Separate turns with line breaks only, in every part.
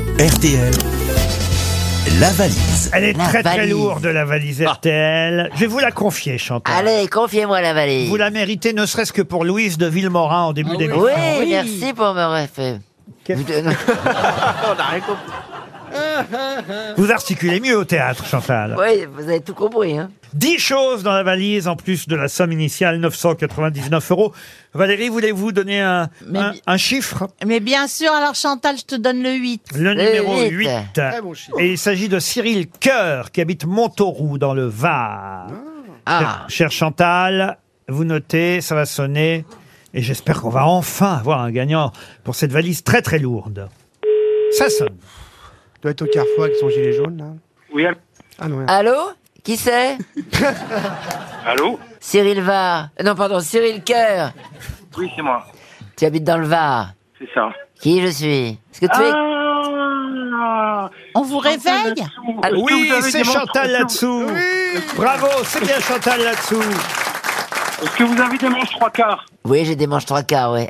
RTL, la valise.
Elle est
La
très très
valise. Ah.
lourde la valise RTL. Je vais vous la confier, Chantal.
Allez, confiez-moi la valise.
Vous la méritez, ne serait-ce que pour Louise de Villemorin en début d'émission.
Oui, merci pour me refaire.
Qu'est-ce- Vous articulez mieux au théâtre, Chantal.
Oui, vous avez tout compris. Hein.
10 choses dans la valise en plus de la somme initiale 999 euros. Valérie, voulez-vous donner un,
Mais-
un, un chiffre
Mais bien sûr, alors Chantal, je te donne le 8.
Le numéro
huit.
8. Et il s'agit de Cyril Coeur qui habite Montauroux dans le Var.
Ah,
Cher Chantal, vous notez, ça va sonner. Et j'espère qu'on va enfin avoir un gagnant pour cette valise très très lourde. Ça sonne.
doit être au carrefour avec son gilet jaune, là.
Oui, allô
Ah non, merde.
allô Qui c'est
Allô
Cyril Var. Euh, Non, pardon, Cyril Coeur.
Oui, c'est moi.
Tu habites dans le Var.
C'est ça.
Qui je suis Est-ce que tu es...
Ah
On vous réveille
Allô
Oui, c'est Chantal là-dessous. Bravo, c'est bien Chantal là-dessous.
Est-ce que vous avez des manches trois quarts
Oui, j'ai des manches trois quarts, oui.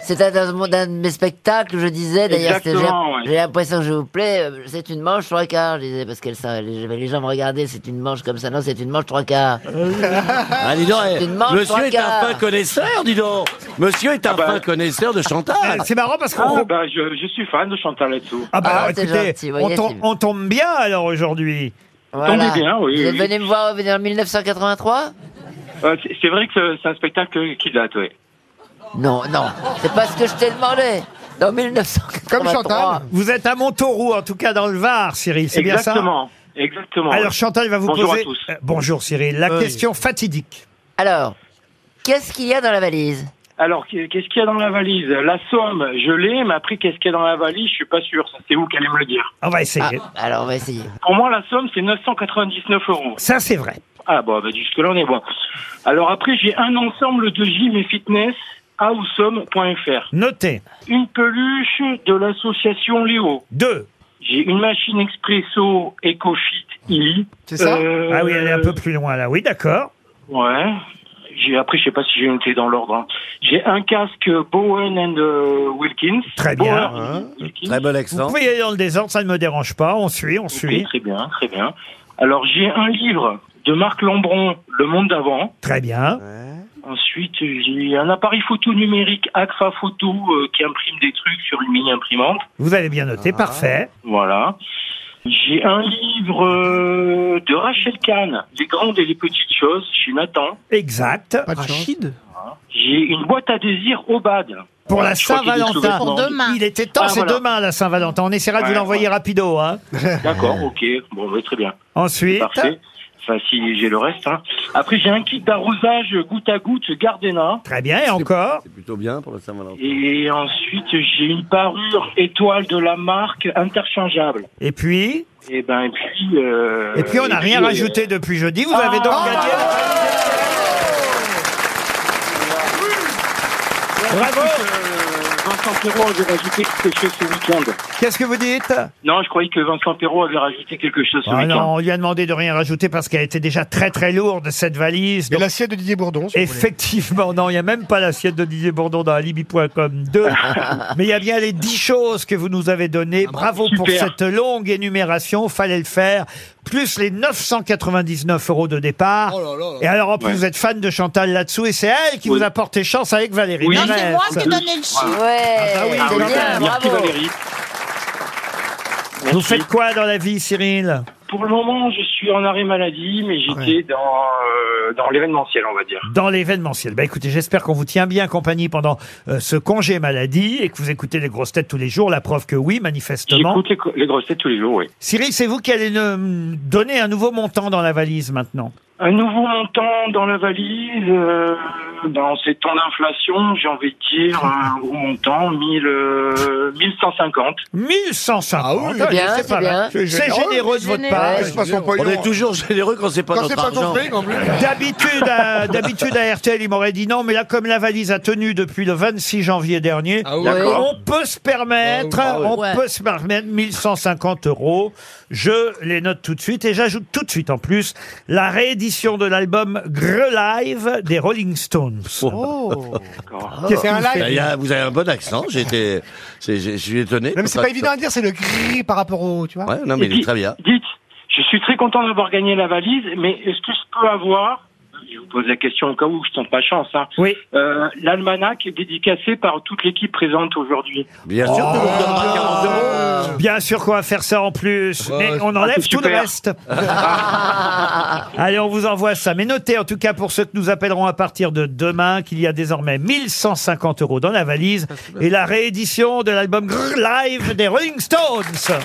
C'était dans mon- d'un de mes spectacles, je disais, d'ailleurs, c'était- j'ai
Exactement, ouais.
j'ai l'impression que je vous plais, euh, c'est une manche trois quarts, je disais, parce que les, les gens me regardaient, c'est une manche comme ça, non, c'est une manche trois quarts.
Ah, dis donc, eh,
Une manche
monsieur est un
regarde.
fin connaisseur, dis donc. Monsieur
Ah
est un
bah.
fin connaisseur de Chantal.
Eh, C'est marrant parce qu'on...
Ah, bah, je, je suis fan de Chantal là-dessous.
Ah bah
Ah,
alors,
c'est
écoutez,
gentil,
on,
voyez,
tombe,
c'est-
on tombe bien alors aujourd'hui.
Voilà.
bien, hein, oui,
Vous êtes
oui.
venu me voir en 1983
Euh, c'est- c'est vrai que c'est un spectacle qui date, oui.
Non, non, c'est pas ce que je t'ai demandé. Dans 1983.
Comme Chantal.
Vous êtes à Montauroux, en tout cas dans le Var, Cyril, c'est bien ça
Exactement. Exactement.
Alors Chantal va vous
Bonjour
poser...
à tous.
Euh, bonjour Cyril, la question fatidique.
Alors, qu'est-ce qu'il y a dans la valise
Alors, qu'est- qu'est-ce qu'il y a dans la valise La somme, je l'ai, mais après, qu'est-ce qu'il y a dans la valise Je suis pas sûr. Ça, c'est vous qui allez me le dire.
On va
Ah,
essayer.
Alors, on va essayer.
Pour moi, la somme, c'est 999 euros.
Ça c'est vrai.
Ah, bon, bah, jusque-là, on est bon. Alors, après, j'ai un ensemble de gym et fitness à ousomme.fr.
Notez.
Une peluche de l'association Léo.
Deux.
J'ai une machine expresso EcoFit i.
C'est ça
Euh,
Ah oui, elle est un peu plus loin là. Oui, d'accord.
Ouais. J'ai après, je sais pas si j'ai noté dans l'ordre. hein. J'ai un casque Bowen and euh, Wilkins.
Très bien.
Bowen and
Hein,
Wilkins.
Très bon
Vous
accent.
pouvez y aller dans le désordre, ça ne me dérange pas. On suit, on
Ok,
suit.
très bien, très bien. Alors j'ai un livre de Marc Lambron, Le Monde d'avant.
Très bien.
Ensuite, j'ai un appareil photo numérique Agfa Photo euh, qui imprime des trucs sur une mini imprimante.
Vous avez bien
Ah.
noté, parfait.
Voilà. J'ai un livre euh, de Rachel Kahn, Les grandes et les petites choses, chez Nathan.
Exact.
Pas de chance.
J'ai une boîte à désir Obad.
Pour la
Je crois qu'il est
Saint-Valentin.
sous-vêtement.
Pour demain.
Il était temps,
Ah,
c'est
voilà.
demain la Saint-Valentin. On essaiera de vous
Ouais,
l'envoyer rapido. Hein.
D'accord, ok. Bon, bah, très bien.
Ensuite,
Parfait. Enfin, si j'ai le reste. hein. Après, j'ai un kit d'arrosage goutte à goutte Gardena.
très bien. Et encore,
C'est plutôt bien pour le Saint-Valentin.
Et ensuite, j'ai une parure étoile de la marque interchangeable.
et puis,
Et ben, et puis. euh,
et puis on n'a rien
euh, Ah.
rajouté depuis jeudi. Vous avez donc gagné.
Ah.
Bravo.
euh, Vincent Perrault avait rajouté quelque chose ce week-end.
Qu'est-ce que vous dites
Non, je croyais que Vincent Perrault avait rajouté quelque chose ce
Ah
week-end.
Non, on lui a demandé de rien rajouter parce qu'elle était déjà très très lourde cette valise.
Et
Donc,
l'assiette de Didier Bourdon, si vous voulez.
Effectivement, non, il n'y a même pas l'assiette de Didier Bourdon dans alibi.com 2. mais il y a bien les 10 choses que vous nous avez données. Bravo pour
Ah bah, super.
cette longue énumération. Fallait le faire. Plus les 999 euros de
Oh
départ. Et alors, en plus,
Ouais.
vous êtes fan de Chantal là-dessous et c'est elle qui
Oui.
vous a porté chance avec Valérie.
Oui.
Non,
Mérès.
c'est moi qui ai donné le chiffre.
Ouais,
bah oui, quand
c'est bien,
même.
Merci
bravo.
Valérie.
Vous
Merci.
faites quoi dans la vie, Cyril
Pour le moment, je suis en arrêt maladie, mais j'étais
Ouais.
dans, euh, dans l'événementiel, on va dire.
dans l'événementiel. Bah écoutez, j'espère qu'on vous tient bien compagnie pendant euh, ce congé maladie et que vous écoutez les grosses têtes tous les jours. La preuve que oui, manifestement.
J'écoute les, co- les grosses têtes tous les jours, oui.
Cyril, c'est vous qui allez nous mm, donner un nouveau montant dans la valise maintenant.
Un nouveau montant dans la valise, euh, dans ces temps d'inflation, j'ai envie de dire un gros montant, 1000, euh, 1150.
1150.
Ah oui,
Allez,
bien,
c'est
c'est
pas mal.
bien.
C'est généreux de votre
Généreux.
part.
Ouais, c'est pas son
On
pognon.
est toujours généreux quand c'est pas
Quand c'est
notre
pas ton
argent.
fric, en plus.
D'habitude, à, d'habitude à RTL, il m'aurait dit non, mais là, comme la valise a tenu depuis le 26 janvier dernier,
Ah
D'accord.
on peut se permettre, on
Ouais.
peut se permettre 1150 euros. Je les note tout de suite et j'ajoute tout de suite en plus la réédition réédition de l'album Gre Live des Rolling Stones.
Oh
Qu'est-ce
C'est
que
un
vous faites
live.
Il y a- Eh vous avez un bon accent, j'ai été- c'est- j'ai- je suis étonné.
Ah, Non, mais c'est
Pour
pas
ça-
évident à dire, c'est le gris par rapport au. Tu vois
Ouais, non, mais il est
Dites-
très bien.
Dites, je suis très content d'avoir gagné la valise, mais est-ce que je peux avoir, je vous pose la question au cas où je tente ma chance, hein,
Oui.
euh, l'almanach est dédicacé par toute l'équipe présente aujourd'hui.
Bien
Oh.
sûr que vous me donnerez 40 euros.
Ah. Bien sûr qu'on va faire ça en plus, mais on enlève
c'est
tout le
super.
reste. Allez, on vous envoie ça. Mais notez en tout cas pour ceux que nous appellerons à partir de demain qu'il y a désormais
Ah,
1150 euros dans la valise et la réédition de l'album Grrr Live des Rolling Stones.